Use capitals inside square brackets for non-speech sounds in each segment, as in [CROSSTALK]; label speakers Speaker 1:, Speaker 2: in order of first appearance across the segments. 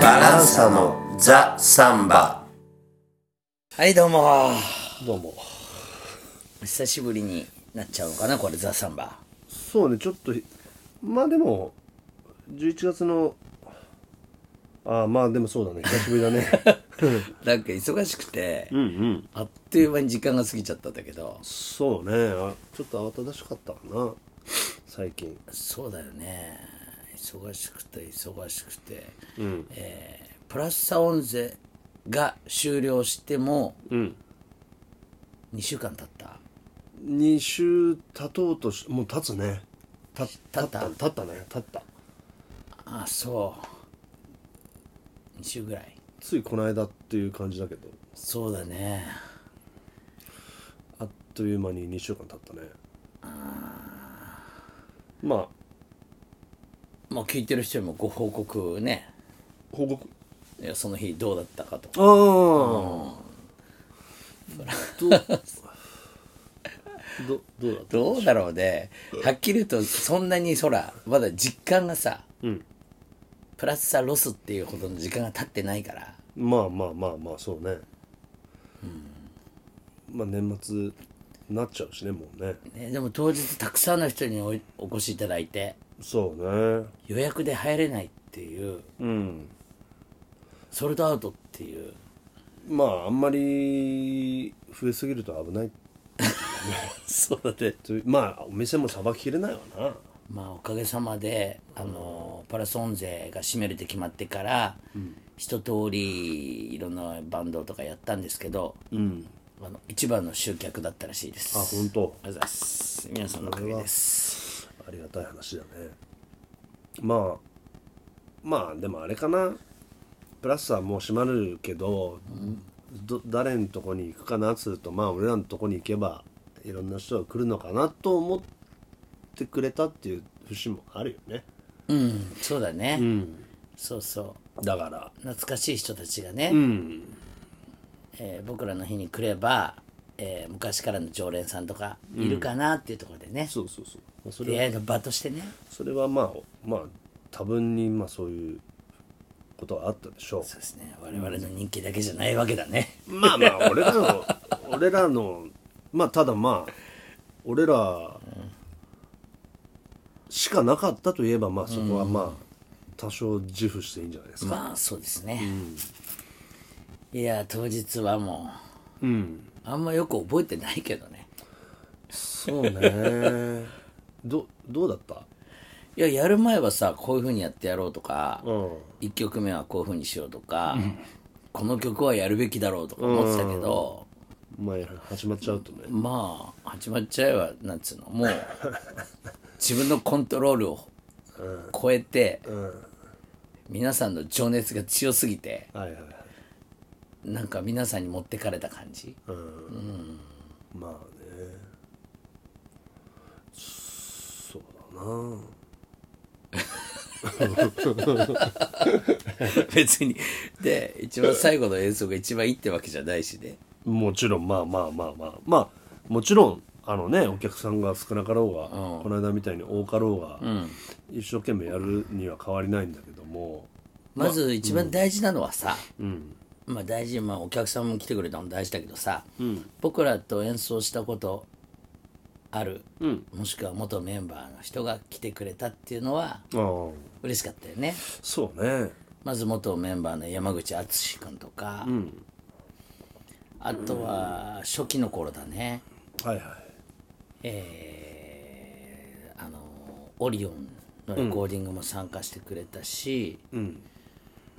Speaker 1: バランサのザ・サンバ
Speaker 2: はいどうも
Speaker 3: どうも
Speaker 2: 久しぶりになっちゃうのかなこれザ・サンバ
Speaker 3: そうねちょっとまあでも11月のああまあでもそうだね久しぶりだね
Speaker 2: なんか忙しくて、
Speaker 3: [LAUGHS] うんうん
Speaker 2: あっという間に時間が過ぎちゃったんだけど
Speaker 3: そうねあちょっと慌ただしかったかな最近
Speaker 2: そうだよね忙しくて忙しくて、
Speaker 3: うん
Speaker 2: えープラスサオンゼが終了しても
Speaker 3: うん
Speaker 2: 2週間経った
Speaker 3: 2週経とうとしもう経つねた経
Speaker 2: た
Speaker 3: 経ったね経った
Speaker 2: あそう2週ぐらい
Speaker 3: ついこの間っていう感じだけど
Speaker 2: そうだね
Speaker 3: あっという間に2週間経ったねまあ
Speaker 2: まあ聞いてる人にもご報告ね
Speaker 3: 報告
Speaker 2: いやその日どうだったかとか
Speaker 3: ああ、ど [LAUGHS] どどうだった
Speaker 2: どうだろうねはっきり言うとそんなにそらまだ実感がさ
Speaker 3: うん
Speaker 2: プラスさロスっていうほどの時間が経ってないから
Speaker 3: まあまあまあまあそうね、まあ年末になっちゃうしねもうね
Speaker 2: ね、でも当日たくさんの人においお越しいただいて
Speaker 3: そうね
Speaker 2: 予約で入れないっていう
Speaker 3: うん
Speaker 2: ソールドアウトっていう
Speaker 3: まああんまり増えすぎると危 [LAUGHS] ない
Speaker 2: そうだね
Speaker 3: というまあお店もさばききれないわな
Speaker 2: まあおかげさまであのパラソン勢が占めるって決まってから、一通りいろんなバンドとかやったんですけど、
Speaker 3: うん
Speaker 2: あの一番の集客だったらしいです
Speaker 3: あ本当
Speaker 2: ありがとうございます皆さんのおかげです
Speaker 3: ありがたい話だねまあまあでもあれかなプラスはもう閉まるけど,、ど誰のとこに行くかなっつうとまあ俺らのとこに行けばいろんな人が来るのかなと思ってくれたっていう節もあるよね
Speaker 2: うんそうだね、
Speaker 3: うん
Speaker 2: そうそ
Speaker 3: だから
Speaker 2: う懐かしい人たちがね、
Speaker 3: うん
Speaker 2: えー僕らの日に来れば、えー昔からの常連さんとかいるかなっていうところでね、
Speaker 3: そうそうそうまあそれ
Speaker 2: 出
Speaker 3: は
Speaker 2: 会いの場としてね
Speaker 3: それはまあまあ多分にまあそういうことはあったでしょう
Speaker 2: そうですね我々の人気だけじゃないわけだね、
Speaker 3: まあま [LAUGHS] あ俺らの俺らのまあただまあ俺らしかなかったといえばまあそこはまあ多少自負していいんじゃないですか
Speaker 2: まあそうですね、いや当日はも
Speaker 3: うん
Speaker 2: うあんまよく覚えてないけどね
Speaker 3: そうね [LAUGHS] どどうだった
Speaker 2: いややる前はさこういうふうにやってやろうとか、
Speaker 3: うん
Speaker 2: 1曲目はこういうふうにしようとか、この曲はやるべきだろうとか思ってたけど、
Speaker 3: 前始まっちゃうとね
Speaker 2: まあ始まっちゃえばなんつうの
Speaker 3: [LAUGHS]
Speaker 2: もう自分のコントロールを超えて、皆さんの情熱が強すぎて
Speaker 3: はいはいはい
Speaker 2: なんか皆さんに持ってかれた感じ
Speaker 3: [LAUGHS] まあねそうだな
Speaker 2: 別にで一番最後の演奏が一番いいってわけじゃないしね
Speaker 3: もちろんまあまあまあまあまあもちろんあのねお客さんが少なかろうが、この間みたいに多かろうが、一生懸命やるには変わりないんだけども
Speaker 2: まず一番大事なのはさ、
Speaker 3: うん
Speaker 2: まあ大事まあお客さんも来てくれたのも大事だけどさ、僕らと演奏したことある、
Speaker 3: うん
Speaker 2: もしくは元メンバーの人が来てくれたっていうのは
Speaker 3: ああ
Speaker 2: 嬉しかったよね
Speaker 3: そうね
Speaker 2: まず元メンバーの山口敦君とか、あとは初期の頃だね
Speaker 3: はいはい
Speaker 2: えーあのオリオンのレコーディングも参加してくれたし、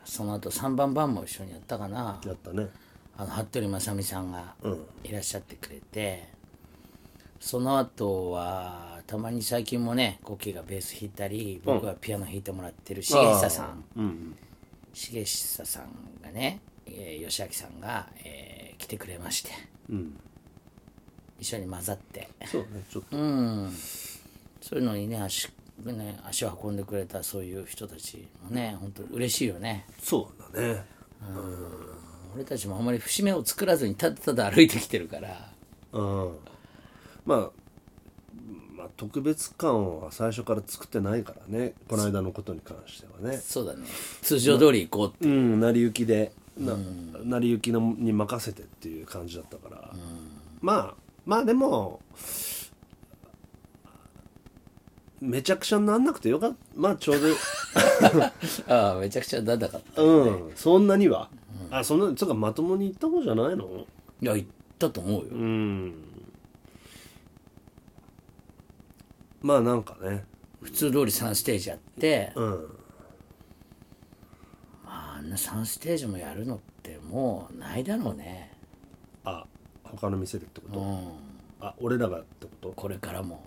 Speaker 2: その後三番バンも一緒にやったかな
Speaker 3: やったね
Speaker 2: あの服部正美さんがいらっしゃってくれて、その後はたまに最近もねコッキーがベース弾いたり僕がピアノ弾いてもらってる重久さん
Speaker 3: うん
Speaker 2: 重久さんがね、えー吉明さんが、えー来てくれまして
Speaker 3: うん
Speaker 2: 一緒に混ざって
Speaker 3: そうねちょっと、
Speaker 2: うんそういうのにね足ね足を運んでくれたそういう人たちもね本当嬉しいよね
Speaker 3: そうだね
Speaker 2: 俺たちもあんまり節目を作らずにただただ歩いてきてるから
Speaker 3: うんまあまあ特別感は最初から作ってないからねこの間のことに関してはね
Speaker 2: そうだね通常通り行こ
Speaker 3: [LAUGHS]
Speaker 2: うって
Speaker 3: うん成り行きでな、成り行きのに任せてっていう感じだったから、まあまあでもめちゃくちゃになんなくてよかったまあちょう [LAUGHS] ど
Speaker 2: ああめちゃくちゃだだかった
Speaker 3: うん、そんなには。あ、そんな、つうかまともに行った方じゃないの
Speaker 2: いや行ったと思うよ、
Speaker 3: うん。まあなんかね。
Speaker 2: 普通通り3ステージやって、
Speaker 3: うん。
Speaker 2: まあ、あんな3ステージもやるのってもうないだろうね
Speaker 3: あ、他の店でってこと、
Speaker 2: うん
Speaker 3: あ、俺らがってこと
Speaker 2: これからも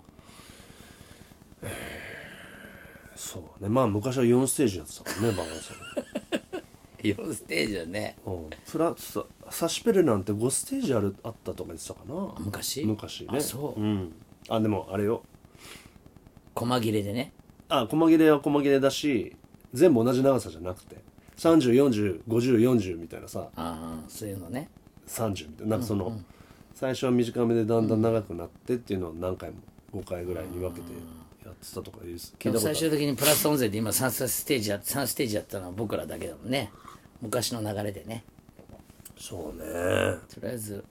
Speaker 3: そうね。まあ昔は4ステージやってたからね、バカ
Speaker 2: 4ステージだね
Speaker 3: さん。うん。プラス、サシペルなんて5ステージあるあったとか言ってたかな。
Speaker 2: 昔
Speaker 3: 昔ね。
Speaker 2: あそう、
Speaker 3: うん。あ、でもあれよ。
Speaker 2: 細切れでね
Speaker 3: あ細切れは細切れだし全部同じ長さじゃなくて30405040みたいなさ
Speaker 2: ああそういうのね
Speaker 3: 30みたいななんかその、最初は短めでだんだん長くなってっていうのを何回も5回ぐらいに分けてやってたとかいう聞いたことあ
Speaker 2: 最
Speaker 3: る
Speaker 2: 終的にプラス音声で今3ステージや3ステージやったのは僕らだけだもんね昔の流れでね
Speaker 3: そうね
Speaker 2: とりあえず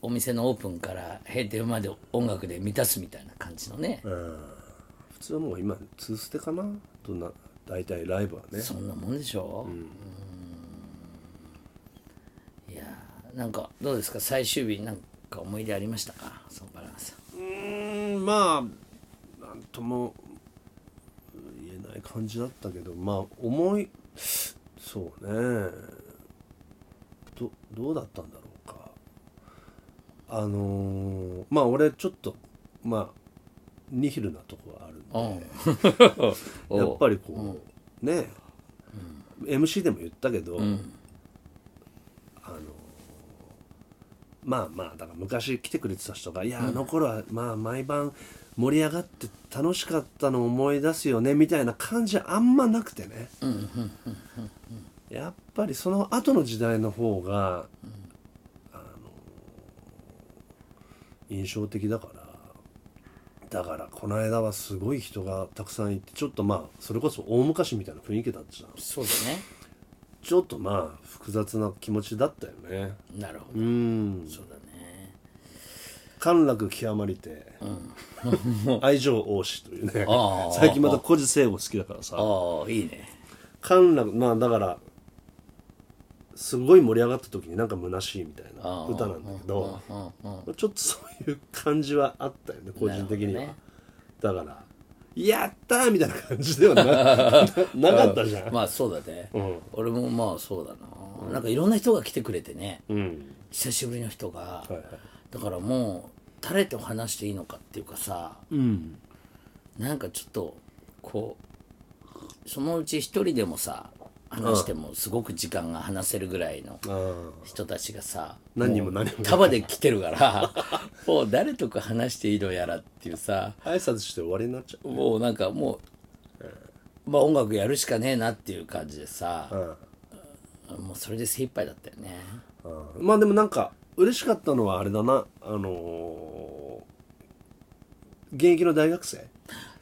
Speaker 2: お店のオープンから閉店まで音楽で満たすみたいな感じのね、
Speaker 3: 普通はもう今2ステかなどんな大体ライブはね
Speaker 2: そんなもんでしょう、ん、いやーなんかどうですか最終日なんか思い出ありましたかそのバランス
Speaker 3: うーんまあなんとも言えない感じだったけどまあ思いそうねどどうだったんだろうかあのーまあ俺ちょっとまあニヒルなとこがあるんで
Speaker 2: う
Speaker 3: [LAUGHS]
Speaker 2: ん
Speaker 3: やっぱりこう、ね、MC でも言ったけど、あのまあまあだから昔来てくれてた人が「いやあの頃はまあ毎晩盛り上がって楽しかったの思い出すよね」みたいな感じあんまなくてねやっぱりその後の時代の方が、あの印象的だからだからこの間はすごい人がたくさんいてちょっとまあそれこそ大昔みたいな雰囲気だったじゃん
Speaker 2: そうだね
Speaker 3: ちょっとまあ複雑な気持ちだったよね
Speaker 2: なるほ
Speaker 3: う
Speaker 2: ど
Speaker 3: ん
Speaker 2: そうだね
Speaker 3: 陥落極まりて、 [LAUGHS] 愛情多しというね
Speaker 2: ああ
Speaker 3: 最近また古事聖語好きだからさ
Speaker 2: ああいいね
Speaker 3: 陥落まあだからすごい盛り上がった時になんか虚しいみたいな歌なんだけどちょっとそういう感じはあったよね個人的には、
Speaker 2: [LAUGHS] なる
Speaker 3: だから「やったー!」みたいな感じで
Speaker 2: [LAUGHS]
Speaker 3: はなななかったじゃん、
Speaker 2: まあそうだね、
Speaker 3: ん
Speaker 2: 俺もまあそうだな、なんかいろんな人が来てくれてね
Speaker 3: うん
Speaker 2: 久しぶりの人が、
Speaker 3: はいはい
Speaker 2: だからもう誰と話していいのかっていうかさ
Speaker 3: うん
Speaker 2: なんかちょっとこうそのうち一人でもさ話してもすごく時間が話せるぐらいの
Speaker 3: あー
Speaker 2: 人たちがさ
Speaker 3: 何人も何人も
Speaker 2: 束で来てるから [LAUGHS] もう誰とか話していいのやらっていうさ
Speaker 3: 挨拶して終わりになっちゃう
Speaker 2: もうなんかもう、まあ、音楽やるしかねえなっていう感じでさ、
Speaker 3: うん
Speaker 2: もうそれで精一杯だったよね
Speaker 3: うんまあでもなんか嬉しかったのはあれだなあのー現役の大学生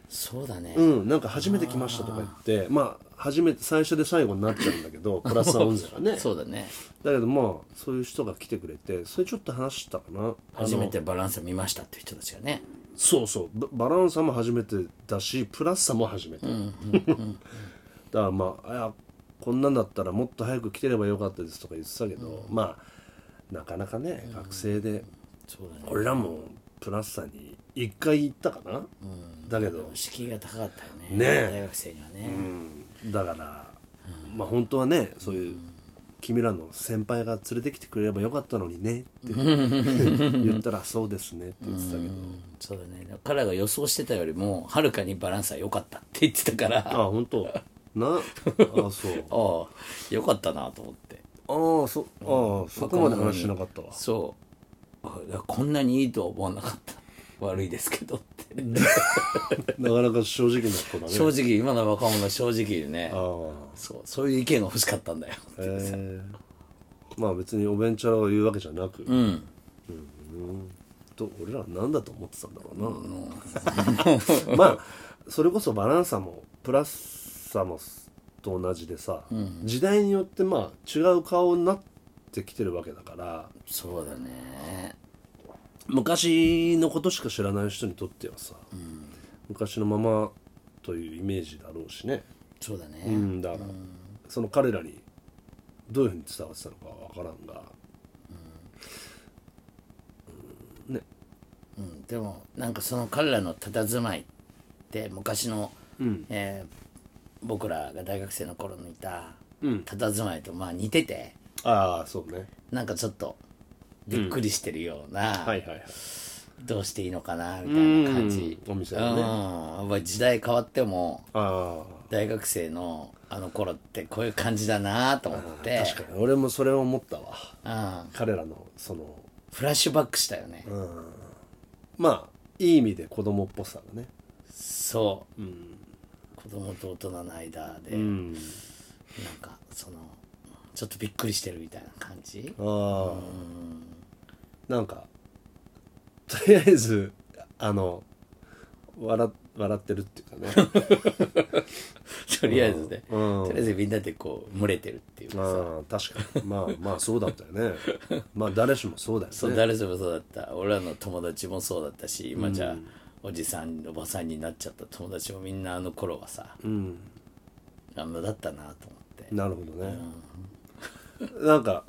Speaker 2: そうだね、
Speaker 3: うんなんか初めて来ましたとか言ってまあ初めて最初で最後になっちゃうんだけ
Speaker 2: [LAUGHS]
Speaker 3: どプラスアウンゼがね
Speaker 2: そうだね
Speaker 3: だけどまあそういう人が来てくれてそれちょっと話したかなあの
Speaker 2: 初めてバランス見ましたっていう人たちがね
Speaker 3: そうそうババランサも初めてだしプラスさも初めて、 [LAUGHS] だからまああやこんなんだったらもっと早く来てればよかったですとか言ってたけど、まあなかなかね学生で、
Speaker 2: そうだね
Speaker 3: 俺らもプラスさんに1回行ったかな、だけど
Speaker 2: 敷居が高かったよね
Speaker 3: ねえ
Speaker 2: 大学生にはね、
Speaker 3: だから、まあ本当はねそういう君らの先輩が連れてきてくれればよかったのにね [LAUGHS] って言ったら「そうですね」って言ってたけど、
Speaker 2: そうだね彼らが予想してたよりもはるかにバランスは良かったって言ってたからあ
Speaker 3: あ本当なあそう
Speaker 2: あ良かったなと思って
Speaker 3: [LAUGHS] ああそああそこまで話しなかったわ
Speaker 2: そうあいやこんなにいいとは思わなかった悪いですけどって [LAUGHS]
Speaker 3: なかなか正直な子だね
Speaker 2: 正直今の若者は正直でね
Speaker 3: ああ
Speaker 2: そうそういう意見が欲しかったんだよ
Speaker 3: へえまあ別にお弁茶を言うわけじゃなく、
Speaker 2: うん
Speaker 3: ど俺らは何だと思ってたんだろ
Speaker 2: [LAUGHS]
Speaker 3: うな、まあそれこそバランサもプラスサもと同じでさ、時代によってまあ違う顔になってきてるわけだから
Speaker 2: そうだね
Speaker 3: 昔のことしか知らない人にとってはさ、昔のままというイメージだろうしね、
Speaker 2: そうだね、
Speaker 3: うん、だから、その彼らにどういうふうに伝わってたのかわからんが、うんね
Speaker 2: うんでもなんかその彼らの佇まいって昔の、えー僕らが大学生の頃にいた佇まいとまあ似てて
Speaker 3: ああそうね
Speaker 2: なんかちょっとびっくりしてるような、
Speaker 3: はいはいはい
Speaker 2: どうしていいのかなみたいな感じ
Speaker 3: うんお店
Speaker 2: うん
Speaker 3: だね
Speaker 2: やっぱり時代変わっても
Speaker 3: あ
Speaker 2: 大学生のあの頃ってこういう感じだなと思って
Speaker 3: あ確かに俺もそれを思ったわ
Speaker 2: うん、
Speaker 3: 彼らのその
Speaker 2: フラッシュバックしたよね、
Speaker 3: まあいい意味で子供っぽさがね
Speaker 2: そう、子供と大人の間で、
Speaker 3: うん
Speaker 2: なんかそのちょっとびっくりしてるみたいな感じ
Speaker 3: ああなんかとりあえずあの笑笑ってるっていうかね
Speaker 2: とりあえずね、
Speaker 3: うん
Speaker 2: とりあえずみんなでこう群れてるっていうかさ、
Speaker 3: ああ確かにまあまあそうだったよねまあ誰しもそうだよね
Speaker 2: そう誰しもそうだった俺らの友達もそうだったし今じゃあ、おじさんおばさんになっちゃった友達もみんなあの頃はさ、
Speaker 3: うん
Speaker 2: あんなだったなと思って
Speaker 3: なるほどね、なんか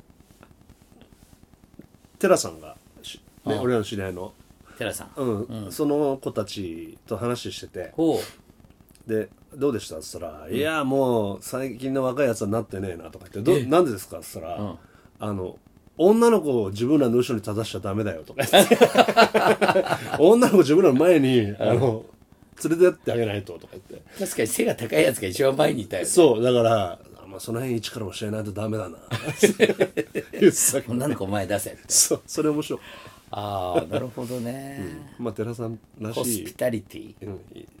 Speaker 3: テラさんがし、ね、俺らの知り合いの、
Speaker 2: 寺さん、
Speaker 3: うんその子たちと話してて
Speaker 2: ほ
Speaker 3: で「どうでした?」っつったら「いやもう最近の若いやつはなってねえな」とか言って「どなんでですか?」っつったら、あの女の子を自分らの後ろに立たしちゃダメだよとか言って [LAUGHS] 女の子自分らの前にあの連れてってあげないととか言って
Speaker 2: う確かに背が高いやつが一番前にいたよね
Speaker 3: そうだから、まあ、その辺一から教えないとダメだな
Speaker 2: [LAUGHS]
Speaker 3: 言ってたけど
Speaker 2: 女の子前出せって
Speaker 3: そうそれ面白い、
Speaker 2: ああなるほどね、
Speaker 3: まあ、寺さんら
Speaker 2: ホ
Speaker 3: し
Speaker 2: ス
Speaker 3: い
Speaker 2: ピタリティ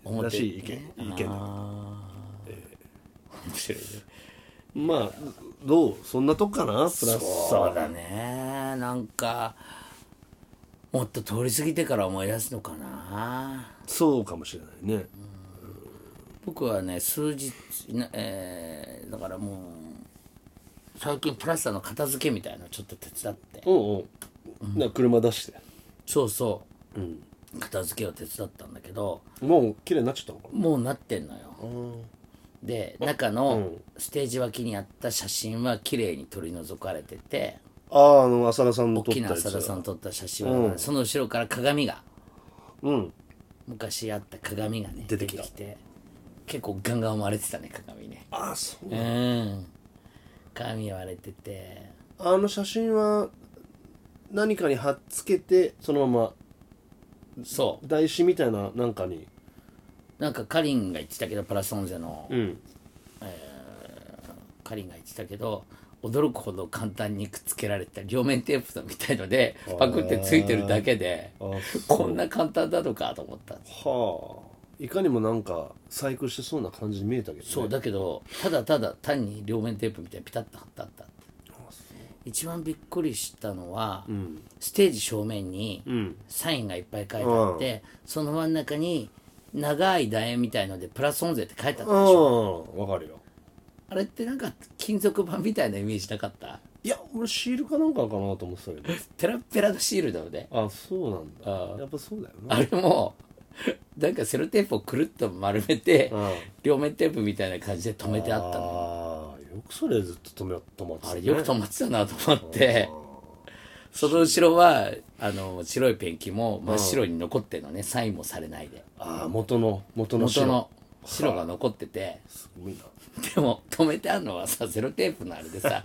Speaker 3: うんらしい意見意見だ
Speaker 2: 面白いね
Speaker 3: まあどうそんなとこかなプラスさ
Speaker 2: そうだねなんかもっと通り過ぎてから思い出すのかな
Speaker 3: そうかもしれないね、
Speaker 2: 僕はね数日な、えーだからもう最近プラスターの片付けみたいなのちょっと手伝って
Speaker 3: うんうん、な車出して
Speaker 2: そうそう、片付けを手伝ったんだけど
Speaker 3: もう綺麗になっちゃったのか
Speaker 2: もうなってんのよで中のステージ脇にあった写真は綺麗に取り除かれてて
Speaker 3: なあああの浅田さんの
Speaker 2: 大
Speaker 3: 撮っ
Speaker 2: き
Speaker 3: た
Speaker 2: な
Speaker 3: やつ
Speaker 2: 浅田さん撮った写真は、その後ろから鏡が
Speaker 3: うん
Speaker 2: 昔あった鏡がね
Speaker 3: 出てきた
Speaker 2: て結構ガンガン割れてたね鏡ね
Speaker 3: ああそう
Speaker 2: うん鏡割れてて
Speaker 3: あの写真は何かに貼っつけてそのま
Speaker 2: そ
Speaker 3: ま台紙みたいななんかに
Speaker 2: うなんかかりんが言ってたけどプラスオンゼの
Speaker 3: うん
Speaker 2: かりんが言ってたけど驚くほど簡単にくっつけられてた両面テープみたいのでパクってついてるだけでこんな簡単なのかと思った
Speaker 3: はあいかにもなんか細工してそうな感じに見えたけど、ね、
Speaker 2: そうだけどただただ単に両面テープみたいにピタッと貼ってあったって一番びっくりしたのは、ステージ正面にサインがいっぱい書いてあって、その真ん中に長い楕円みたいのでプラス音声って書いてあったでしょ
Speaker 3: うんわかるよ
Speaker 2: あれってなんか金属板みたいなイメージなかった
Speaker 3: いや俺シールかなんかかなと思ってたけど
Speaker 2: ペラッペラのシールだよね
Speaker 3: あそうなんだ
Speaker 2: あ
Speaker 3: やっぱそうだよな
Speaker 2: あれもなんかセロテープをくるっと丸めて、
Speaker 3: ん
Speaker 2: 両面テープみたいな感じで止めてあったの
Speaker 3: ああよくそれずっと止め止まってた
Speaker 2: あれよく止まってたなと思って、その後ろは、あの、白いペンキも真っ白に残ってるのね、サインもされないで。
Speaker 3: ああ元の元の
Speaker 2: 元
Speaker 3: 白
Speaker 2: の白が残ってて、
Speaker 3: すごいな
Speaker 2: でも止めてあるのはさ、ゼロテープのあれで [LAUGHS] さ、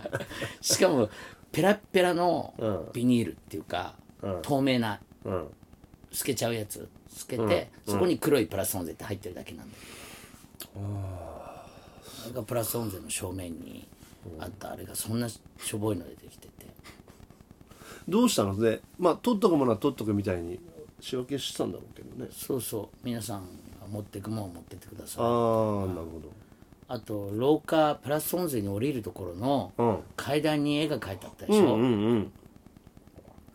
Speaker 2: しかも、ペラッペラのビニールっていうか、透明な、
Speaker 3: うん
Speaker 2: 透けちゃうやつ、透けて、そこに黒いプラスオンゼって入ってるだけなんだよ。それがプラスオンゼの正面にあったあれがそんなしょぼいの出てきてて。
Speaker 3: どうしたのでまあ取っとくものは取っとくみたいに仕分けしてたんだろうけどね
Speaker 2: そうそう皆さんが持ってくもんを持ってってくださ
Speaker 3: ああ
Speaker 2: い
Speaker 3: なるほ
Speaker 2: あと廊下プラス音声に降りるところの、
Speaker 3: ん
Speaker 2: 階段に絵が描いてあったでしょ、
Speaker 3: どうんうん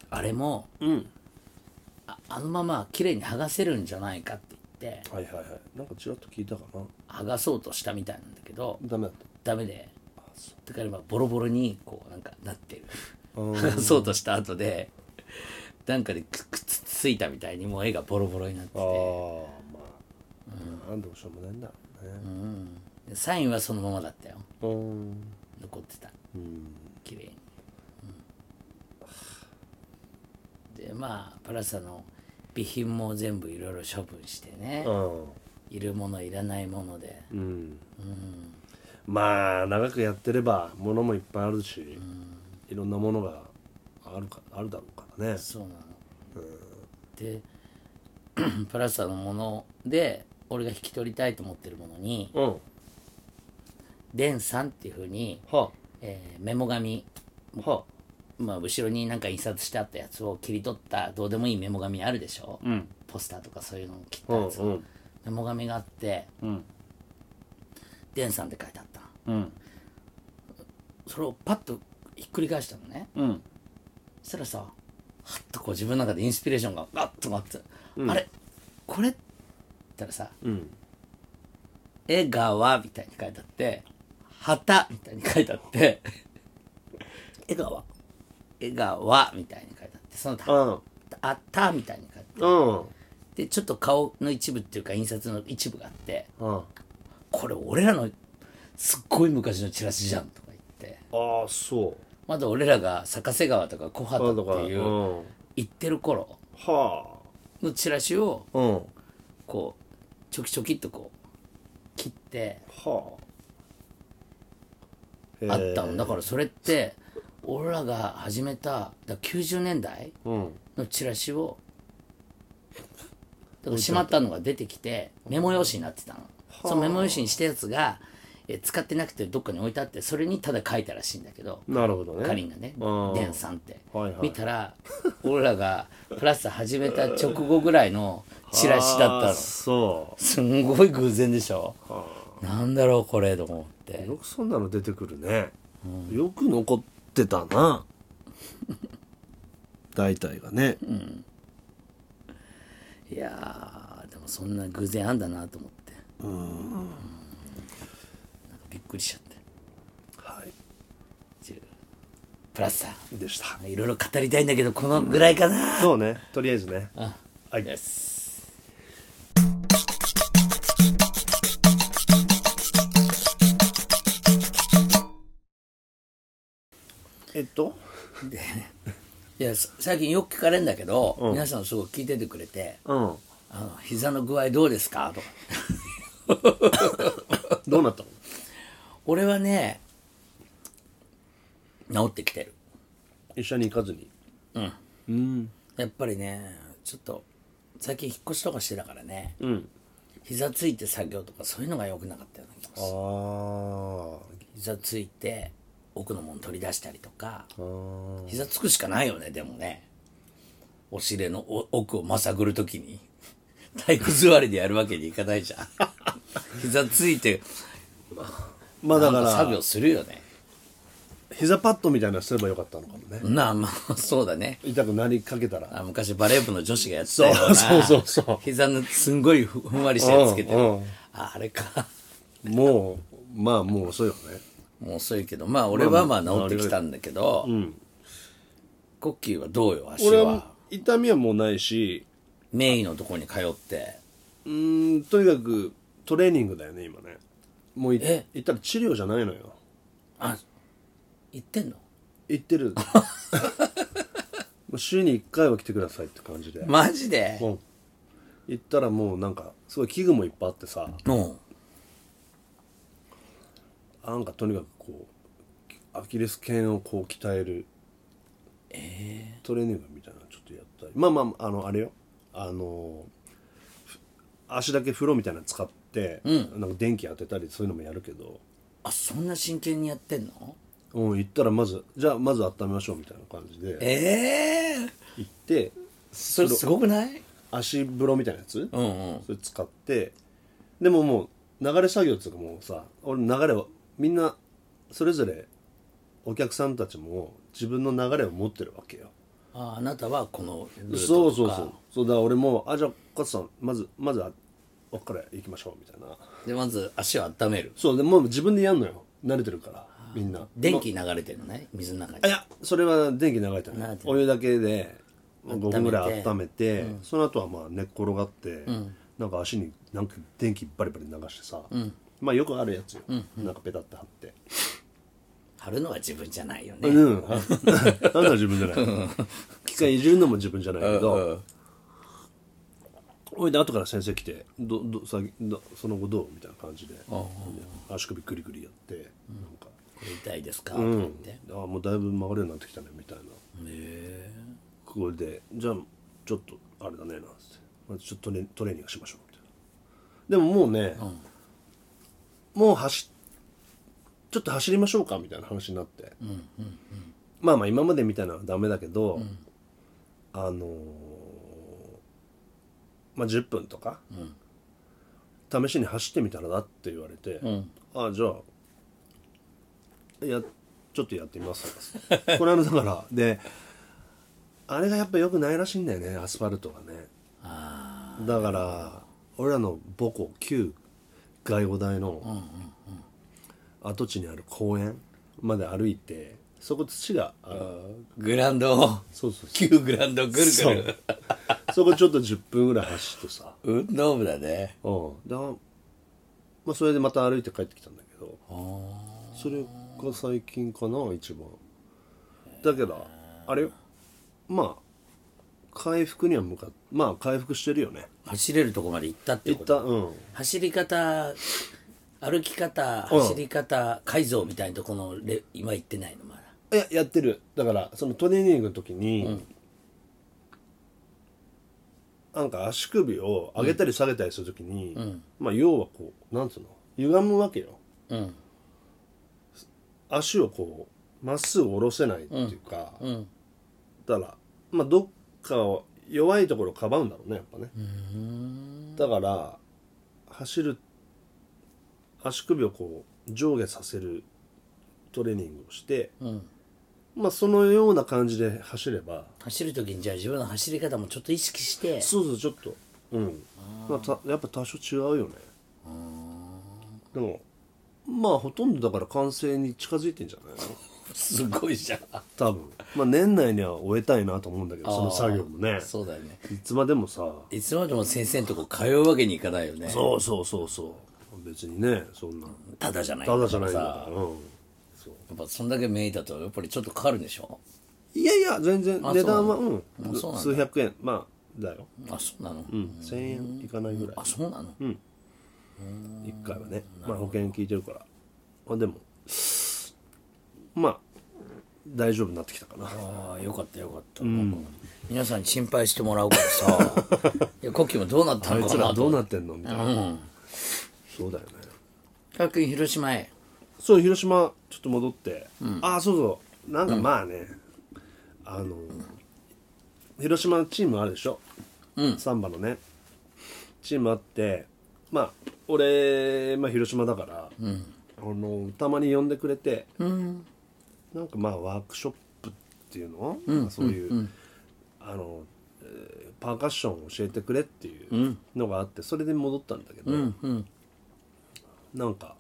Speaker 2: あれも、ああのまま綺麗に剥がせるんじゃないかって言って
Speaker 3: はいはいはいなんかちらっと聞いたかな
Speaker 2: 剥がそうとしたみたいなんだけど
Speaker 3: ダメだった
Speaker 2: ダメでだから今ボロボロにこうなんかなってる
Speaker 3: うん
Speaker 2: 剥がそうとした後でなんかでくくっつついたみたいにもう絵がボロボロになって
Speaker 3: ああ
Speaker 2: て
Speaker 3: まあ、なんでもしょうもないんだろうね
Speaker 2: サインはそのままだったよ
Speaker 3: うん
Speaker 2: 残ってた
Speaker 3: うん
Speaker 2: 綺麗に、うんでまあパラサの備品も全部いろいろ処分してねいるものいらないもので
Speaker 3: うんまあ長くやってればものもいっぱいあるし、いろんなものがあるかあるだろうからね
Speaker 2: そうなの、で [CLEARS THROAT] パラサのもので俺が引き取りたいと思ってるものに
Speaker 3: うん
Speaker 2: 「デンさん」っていうふうに、
Speaker 3: は
Speaker 2: えーメモ紙
Speaker 3: あは
Speaker 2: まあ、後ろになんか印刷してあったやつを切り取ったどうでもいいメモ紙あるでしょ、ポスターとかそういうのを切ったやつを、
Speaker 3: うんうん
Speaker 2: メモ紙があって
Speaker 3: あうん
Speaker 2: 「デンさん」って書いてあったの
Speaker 3: うん
Speaker 2: それをパッとひっくり返したのね
Speaker 3: うん
Speaker 2: そしたらさはっとこう自分の中でインスピレーションがガッとなって、あれこれって言ったらさ
Speaker 3: うん
Speaker 2: 「江川」みたいに書いてあって「旗」みたいに書いてあって [LAUGHS] 「江川」「江川」みたいに書いてあってその「
Speaker 3: うん
Speaker 2: あった」みたいに書いてあって
Speaker 3: うん
Speaker 2: でちょっと顔の一部っていうか印刷の一部があって
Speaker 3: あ
Speaker 2: これ俺らのすっごい昔のチラシじゃんとか言って
Speaker 3: あそう
Speaker 2: まだ俺らが逆瀬川とか小
Speaker 3: あ
Speaker 2: 畑
Speaker 3: だ
Speaker 2: っ
Speaker 3: から
Speaker 2: ていううん行ってる頃
Speaker 3: は
Speaker 2: のチラシを
Speaker 3: あうん
Speaker 2: こうちょきちょきっとこう切って
Speaker 3: はあ
Speaker 2: あったの
Speaker 3: ん
Speaker 2: だからそれって俺らが始めただから90年代
Speaker 3: うん
Speaker 2: のチラシをだからしまったのが出てきてメモ用紙になってたの、そのメモ用紙にしたやつがえー使ってなくてどっかに置いてあってそれにただ書いたらしいんだけど
Speaker 3: なるほどね
Speaker 2: かりんがね
Speaker 3: うん
Speaker 2: デンさんって、
Speaker 3: はいはい
Speaker 2: 見たら俺らがプラス始めた直後ぐらいのチラシだった
Speaker 3: あ
Speaker 2: の
Speaker 3: ーそ
Speaker 2: すんごい偶然でしょ
Speaker 3: うはあ
Speaker 2: なんだろうこれと思って
Speaker 3: よくそんなの出てくるね、よく残ってたな [LAUGHS] 大体がね、
Speaker 2: いやーでもそんな偶然あんだなと思ってうんなんかびっくりしちゃって
Speaker 3: は
Speaker 2: プラスさん
Speaker 3: いでした
Speaker 2: いろいろ語りたいんだけどこのぐらいかな、
Speaker 3: そうねとりあえずねはいえっと
Speaker 2: いやさ最近よく聞かれるんだけど、皆さんすごい聞いててくれて
Speaker 3: うん
Speaker 2: 「あの膝の具合どうですか?」とか
Speaker 3: [LAUGHS] どうなったの
Speaker 2: 俺はね治ってきてる
Speaker 3: 一緒に行かずに
Speaker 2: やっぱりねちょっと最近引っ越しとかしてたからね、
Speaker 3: ん
Speaker 2: 膝ついて作業とかそういうのが良くなかったような気がす
Speaker 3: あ
Speaker 2: る
Speaker 3: ー
Speaker 2: 膝ついて奥のもん取り出したりとか
Speaker 3: あー
Speaker 2: 膝つくしかないよねでもねお尻のお奥をまさぐるときに [LAUGHS] 体育座りでやるわけにいかないじゃん [LAUGHS] 膝ついて
Speaker 3: まあだか
Speaker 2: なん作業
Speaker 3: ら
Speaker 2: するよね
Speaker 3: 膝パッドみたいなのすればよかったのかもね
Speaker 2: なあまあそうだね
Speaker 3: 痛くなりかけたら
Speaker 2: あ昔バレー部の女子がやってたような
Speaker 3: そうそうそうそう
Speaker 2: 膝のすんごいふふんわりしたやつつけてる、
Speaker 3: うんうん
Speaker 2: ああれか
Speaker 3: もうまあもう遅いよね
Speaker 2: もう遅いけどまあ俺はまあ治ってきたんだけど、コッキーはどうよ足
Speaker 3: 俺
Speaker 2: は
Speaker 3: は痛みはもうないし
Speaker 2: 名医のとこに通って
Speaker 3: うーんとにかくトレーニングだよね今ねもうい
Speaker 2: え
Speaker 3: 言ったら治療じゃないのよ
Speaker 2: あ行ってんの
Speaker 3: 言って [LAUGHS] るもう週に1回は来てくださいって感じで、
Speaker 2: マジで、
Speaker 3: うん行ったらもうなんかすごい器具もいっぱいあってさ
Speaker 2: うん
Speaker 3: なんかとにかくこうアキレス腱をこう鍛えるトレーニングみたいなのちょっとやったりまあまああのあれよあのふ足だけ風呂みたいなの使って、なんか電気当てたりそういうのもやるけど
Speaker 2: あそんな真剣にやってんの
Speaker 3: うん、行ったらまずじゃあまず温めましょうみたいな感じで
Speaker 2: ええー、
Speaker 3: 行って
Speaker 2: それすごくない
Speaker 3: 足風呂みたいなやつ、
Speaker 2: うんうん
Speaker 3: それ使ってでももう流れ作業っていうかもうさ俺流れはみんなそれぞれお客さんたちも自分の流れを持ってるわけよ
Speaker 2: ああなたはこのルートとか
Speaker 3: そうそうそうそうだから俺もあじゃあ勝さんまずまずはこっから行きましょうみたいな
Speaker 2: でまず足を温める
Speaker 3: そうでもう自分でやんのよ慣れてるからみんな
Speaker 2: 電気流れてるのね水の中に
Speaker 3: あいやそれは電気流れて
Speaker 2: 流
Speaker 3: な
Speaker 2: れ
Speaker 3: い
Speaker 2: てない
Speaker 3: お湯だけで5分ぐらい
Speaker 2: 温
Speaker 3: 温めて、その後はまあ寝っ転がって、なんか足になんか電気バリバリ流してさ、まあよくあるやつよ、なんかペタって貼って
Speaker 2: 貼るのは自分じゃないよ
Speaker 3: う
Speaker 2: ね、
Speaker 3: ん、うん、なんだ自分じゃない機械いじるのも自分じゃないけどおいで後から先生来てどどさどその後どうみたいな感じで足首グリグリやって、なんか
Speaker 2: これ痛いですか、とか言って
Speaker 3: あもうだいぶ曲がるようになってきたねみたいなこれでじゃあちょっとあれだねなんつって、まあ、ちょっとトレトレーニングしましょうみたいなでももうね、もう走っちょっと走りましょうかみたいな話になって、まあまあ今までみたいなのはダメだけど、あのーまあ10分とか、試しに走ってみたらだって言われて、ああじゃあいやちょっとやってみますこれあのだからであれがやっぱ良くないらしいんだよねアスファルトがねだから俺らの母校旧外語大の跡地にある公園まで歩いてそこ土がある
Speaker 2: グランドを
Speaker 3: そうそうそう
Speaker 2: 旧グランドをぐるぐ
Speaker 3: そう
Speaker 2: る
Speaker 3: そこちょっと10分ぐらい走ってさ
Speaker 2: 運動部だね
Speaker 3: うんであまあ、それでまた歩いて帰ってきたんだけどそれが最近かな一番だけどあれよまあ回復には向かっまあ回復してるよね
Speaker 2: 走れるとこまで行ったって
Speaker 3: 一
Speaker 2: こと
Speaker 3: 旦うん
Speaker 2: 走り方歩き方走り方改造みたいなとこのレ今行ってないのまだ
Speaker 3: いややってるだからそのトレーニングの時に、なんか足首を上げたり下げたりする時に、まあ要はこうなんつうの歪むわけよ
Speaker 2: うん
Speaker 3: 足をこうまっすぐ下ろせないっていうか、だからまあどっかを弱いところをかばうんだろうねやっぱねだから走る足首をこう上下させるトレーニングをして、まあそのような感じで走れば
Speaker 2: 走る時にじゃあ自分の走り方もちょっと意識して
Speaker 3: そうそうちょっとうんまあ、たやっぱ多少違うよねでもまあほとんどだから完成に近づいてんじゃないの
Speaker 2: すごいじゃん
Speaker 3: 多分まあ年内には終えたいなと思うんだけどその作業もね
Speaker 2: そうだよね
Speaker 3: いつまでもさ
Speaker 2: いつまでも先生のとこ通うわけにいかないよね
Speaker 3: そうそうそうそう別にねそんな
Speaker 2: ただじゃない
Speaker 3: ただじゃないんだ
Speaker 2: さ
Speaker 3: から、うん、
Speaker 2: やっぱそんだけ名医だとやっぱりちょっとかかるんでしょ
Speaker 3: いやいや全然
Speaker 2: あ
Speaker 3: 値段はうん
Speaker 2: あそうなんだ
Speaker 3: 数百円まあだよ、
Speaker 2: あそうな
Speaker 3: う
Speaker 2: の、
Speaker 3: ん、1000円いかないぐらい
Speaker 2: あそうなの、
Speaker 3: 1回はねまあ保険効いてるからまあでもまあ大丈夫になってきたか [LAUGHS] な
Speaker 2: ああよかったよかった、皆さんに心配してもらうから
Speaker 3: [LAUGHS]
Speaker 2: さいやコッキーもどうなっ
Speaker 3: あ
Speaker 2: たの
Speaker 3: い
Speaker 2: か
Speaker 3: つ
Speaker 2: な
Speaker 3: ら
Speaker 2: と
Speaker 3: どうなってんのみたいな、そうだよね
Speaker 2: コッキー広島へ
Speaker 3: そう広島ちょっと戻って、ああそうそうなんかまあね、あの広島のチームあるでしょ、サンバのねチームあってまあ俺、まあ、広島だから、あのたまに呼んでくれて、なんかまあワークショップっていうの、まあそういう、あのえーパーカッションを教えてくれっていうのがあってそれで戻ったんだけど、なんか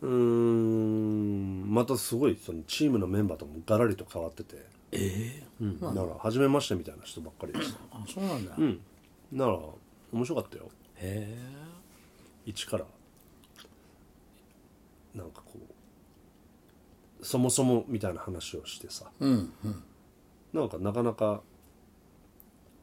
Speaker 3: うーんまたすごいそのチームのメンバーともガラリと変わっててええうん、だから初めましてみたいな人ばっかりでした
Speaker 2: あそうなんだ、
Speaker 3: うんなら面白かったよ
Speaker 2: へ
Speaker 3: 一からなんかこうそもそもみたいな話をしてさ、なんかなかなか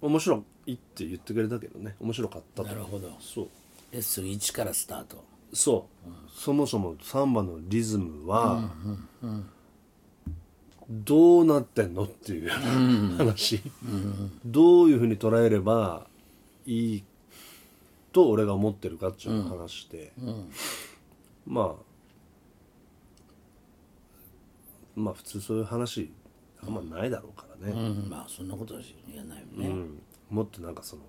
Speaker 3: 面白いって言ってくれたけどね面白かったと
Speaker 2: えなるほど
Speaker 3: そう
Speaker 2: レッスン1からスタート
Speaker 3: そう、そもそもサンバのリズムは、どうなってんのっていう話、どういうふうに捉えればいいと俺が思ってるかっていうのを話して、まあまあ普通そういう話あんまないだろうからね、
Speaker 2: うんまあそんなことは言えないよね、
Speaker 3: うんもっとなんかその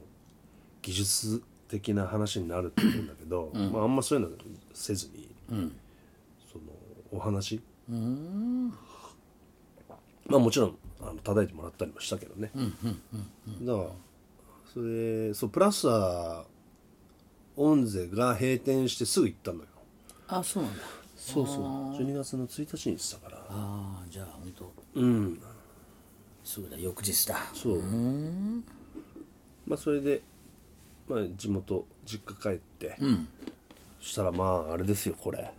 Speaker 3: 技術的な話になると思うんだけど、まあ、あんまそういうのせずに、そのお話まあもちろんああの叩いてもらったりもしたけどね、だからそれそうプラスはオンゼが閉店してすぐ行ったのよ
Speaker 2: あそうなんだ
Speaker 3: そうそう12月の1日に行ってたから
Speaker 2: ああじゃあ本当
Speaker 3: うん
Speaker 2: すぐだ翌日だ
Speaker 3: そうまあそれで、まあ、地元実家帰って、そしたらまああれですよこれ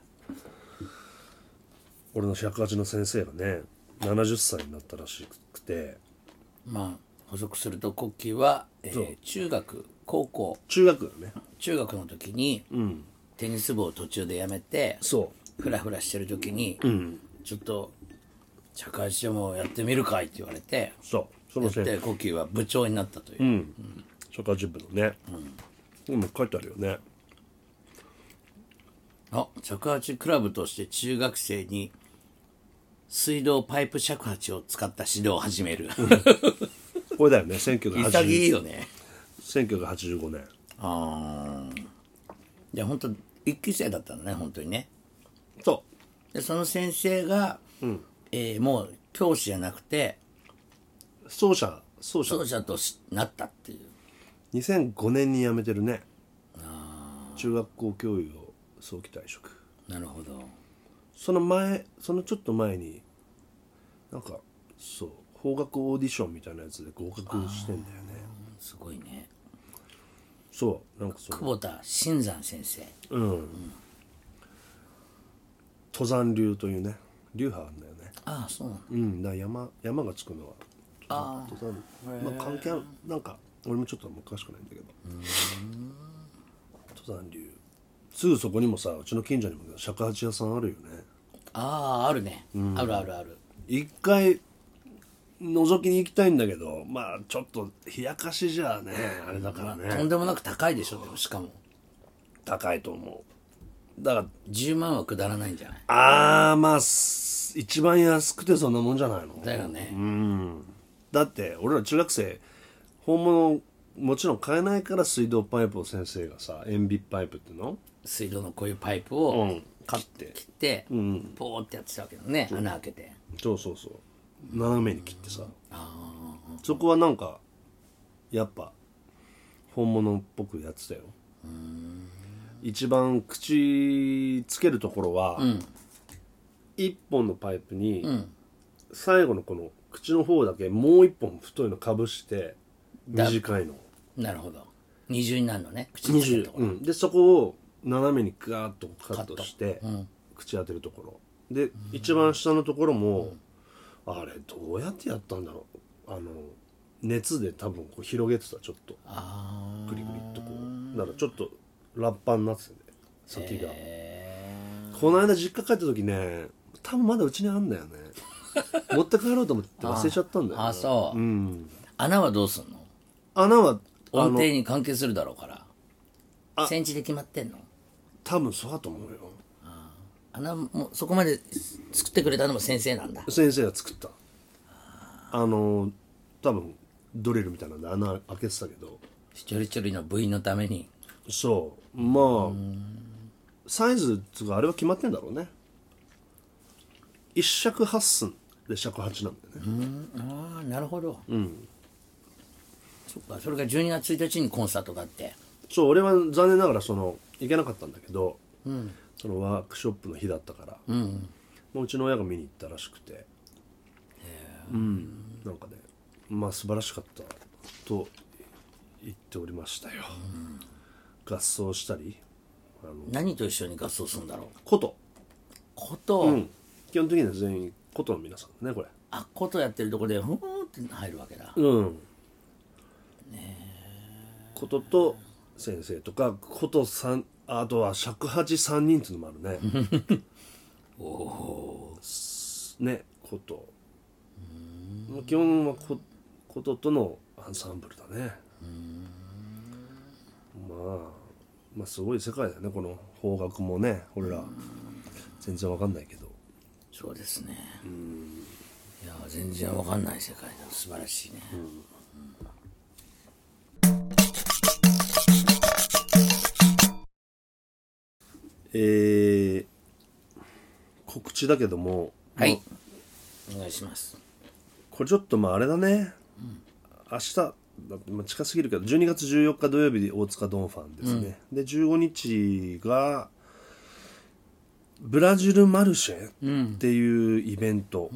Speaker 3: 俺の尺八の先生がね70歳になったらしくて
Speaker 2: まあ補足するとコッキーは、えー中学高校
Speaker 3: 中学だね
Speaker 2: 中学の時に、テニス部を途中でやめて
Speaker 3: そ
Speaker 2: フラフラしてる時に、ちょっと着橋でもやってみるかいって言われて
Speaker 3: うそうそ
Speaker 2: や
Speaker 3: の
Speaker 2: っ
Speaker 3: 先
Speaker 2: て
Speaker 3: 生
Speaker 2: コッキーは部長になったという、
Speaker 3: 尺八部のね、でも書いてあるよね
Speaker 2: あ尺八クラブとして中学生に水道パイプ尺八を使った指導を始める
Speaker 3: これだよね1980
Speaker 2: 潔いよね
Speaker 3: 1985年
Speaker 2: ああいや本当一級生だったのね本当にね
Speaker 3: そ
Speaker 2: でその先生が、えーもう教師じゃなくて
Speaker 3: う奏者奏者
Speaker 2: 奏者としなったっていう
Speaker 3: 2005年に辞めてるね中学校教諭を早期退職
Speaker 2: なるほど
Speaker 3: その前そのちょっと前になんかそう法学オーディションみたいなやつで合格してんだよね
Speaker 2: すごいね
Speaker 3: そうなんかそ
Speaker 2: 久
Speaker 3: の
Speaker 2: 保田新山先生
Speaker 3: 登山流というね流派あんだよね
Speaker 2: ああそうなんだ
Speaker 3: うんだから山山がつくのは登山まあ関係あるなんか俺もちょっと詳しくないんだけど登山流すぐそこにもさうちの近所にも尺八屋さんあるよね
Speaker 2: あああるね、あるあるある
Speaker 3: 一回覗きに行きたいんだけどまあちょっと冷やかしじゃあねあれだから
Speaker 2: とん
Speaker 3: ね
Speaker 2: でもなく高いでしょでもしかも
Speaker 3: 高いと思うだか
Speaker 2: 10万はくだらないんじゃない
Speaker 3: らあーまあす一番安くてそんなもんじゃないの
Speaker 2: だよね、
Speaker 3: だって俺ら中学生本物もちろん買えないから水道パイプを先生がさ塩ビパイプっていうの
Speaker 2: 水道のこういうパイプを
Speaker 3: ん
Speaker 2: 買って切って、ポーってやってたわけだね穴開けて
Speaker 3: そうそうそう斜めに切ってさそこはなんかやっぱ本物っぽくやってたよ一番口つけるところは、一本のパイプに、最後のこの口の方だけもう一本太いのかぶして短いの
Speaker 2: なるほど二重になるのね口につける
Speaker 3: 20
Speaker 2: とこ
Speaker 3: うん、でそこを斜めにガーッとカットして口当てるところで一番下のところも、あれどうやってやったんだろうあの熱で多分こう広げてたちょっと
Speaker 2: あ
Speaker 3: クリクリっとこうだからちょっとラッパになってたね先が、この間実家帰った時ね多分まだうちにあんだよね持って帰ろうと思って忘れちゃったんだよ、ね、
Speaker 2: ああそう、
Speaker 3: うん
Speaker 2: 穴はどうすんの
Speaker 3: 穴はあの
Speaker 2: 音程に関係するだろうからセンチで決まってんの
Speaker 3: 多分そうだと思うよ
Speaker 2: 穴もそこまで作ってくれたのも先生なんだ
Speaker 3: 先生が作ったあの多分ドリルみたいなんで穴開けてたけど
Speaker 2: ちょりちょりの部員のために
Speaker 3: そうまあサイズつうかあれは決まってんだろうね一尺八寸で尺八なんだよね
Speaker 2: ああなるほどうんそっかそれが12月1日にコンサートがあって
Speaker 3: そう俺は残念ながらその行けなかったんだけど、そのワークショップの日だったから、ううちの親が見に行ったらしくてうんなんかねまあ素晴らしかったと言っておりましたよ、合奏したりあの
Speaker 2: 何と一緒に合奏するんだろう
Speaker 3: 琴、
Speaker 2: 琴、
Speaker 3: うん、基本的には全員琴の皆さんねこれ
Speaker 2: あ琴やってるとこでふーんって入るわけだ
Speaker 3: うん琴と先生とか琴さんあとは尺八3人っていうのもあるねおおね琴まあ基本はこ琴とのアンサンブルだねまあまあすごい世界だよねこの邦楽もね俺ら全然わかんないけど
Speaker 2: そうですねいや全然わかんない世界だ素晴らしいね、
Speaker 3: えー、告知だけども、
Speaker 2: はいお願いします
Speaker 3: これちょっとまああれだね、明日だってまあ近すぎるけど12月14日土曜日大塚ドンファンですね、で15日がブラジルマルシェっていうイベント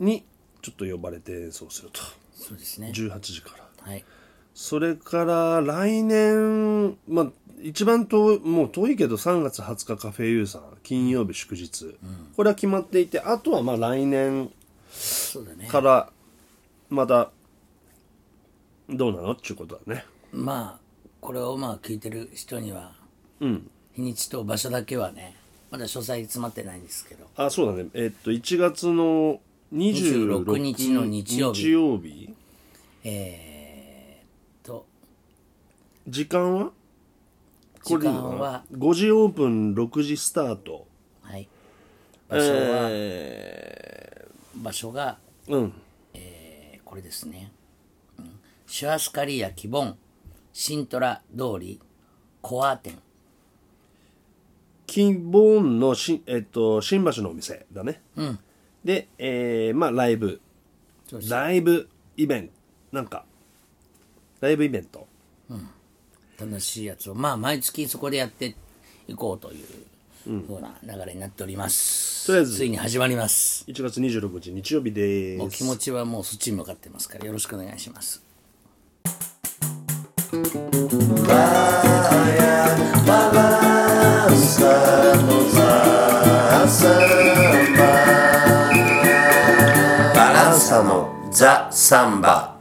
Speaker 3: にちょっと呼ばれて演奏すると
Speaker 2: そうですね
Speaker 3: 18時から
Speaker 2: はい
Speaker 3: それから来年、まあ、一番遠い、もう遠いけど3月20日カフェユーさん、金曜日祝日。これは決まっていて、あとはまあ来年
Speaker 2: そうだね
Speaker 3: から、また、どうなのっていうことだね。
Speaker 2: まあこれをまあ聞いてる人には
Speaker 3: うん。
Speaker 2: 日にちと場所だけはねまだ詳細詰まってないんですけど
Speaker 3: あ、そうだね。えっと、1月の26
Speaker 2: 26日の日曜日
Speaker 3: 日曜日
Speaker 2: えー、と
Speaker 3: 時間は
Speaker 2: 時
Speaker 3: こ
Speaker 2: 間
Speaker 3: れでいいのか
Speaker 2: は
Speaker 3: な ?5 時オープン、6時スタート。
Speaker 2: はい場所は、
Speaker 3: え
Speaker 2: 場所が、
Speaker 3: ーうん。
Speaker 2: えーこれですね、うんシュアスカリアキボンシントラ通りコア店
Speaker 3: キボーンのし、えっと、新橋のお店だね。で、えーまあ、ライブ
Speaker 2: そう。で
Speaker 3: ライブイベント。なんか、ライブイベント。
Speaker 2: 楽しいやつをまあ毎月そこでやっていこうというふうな流れになっております、
Speaker 3: とりあえず
Speaker 2: ついに始まります
Speaker 3: 1月26日日曜日で
Speaker 2: もう
Speaker 3: ー
Speaker 2: 気
Speaker 3: す。
Speaker 2: 持ちはもうそっちに向かってますからよろしくお願いします
Speaker 1: バランサのザ・サンバ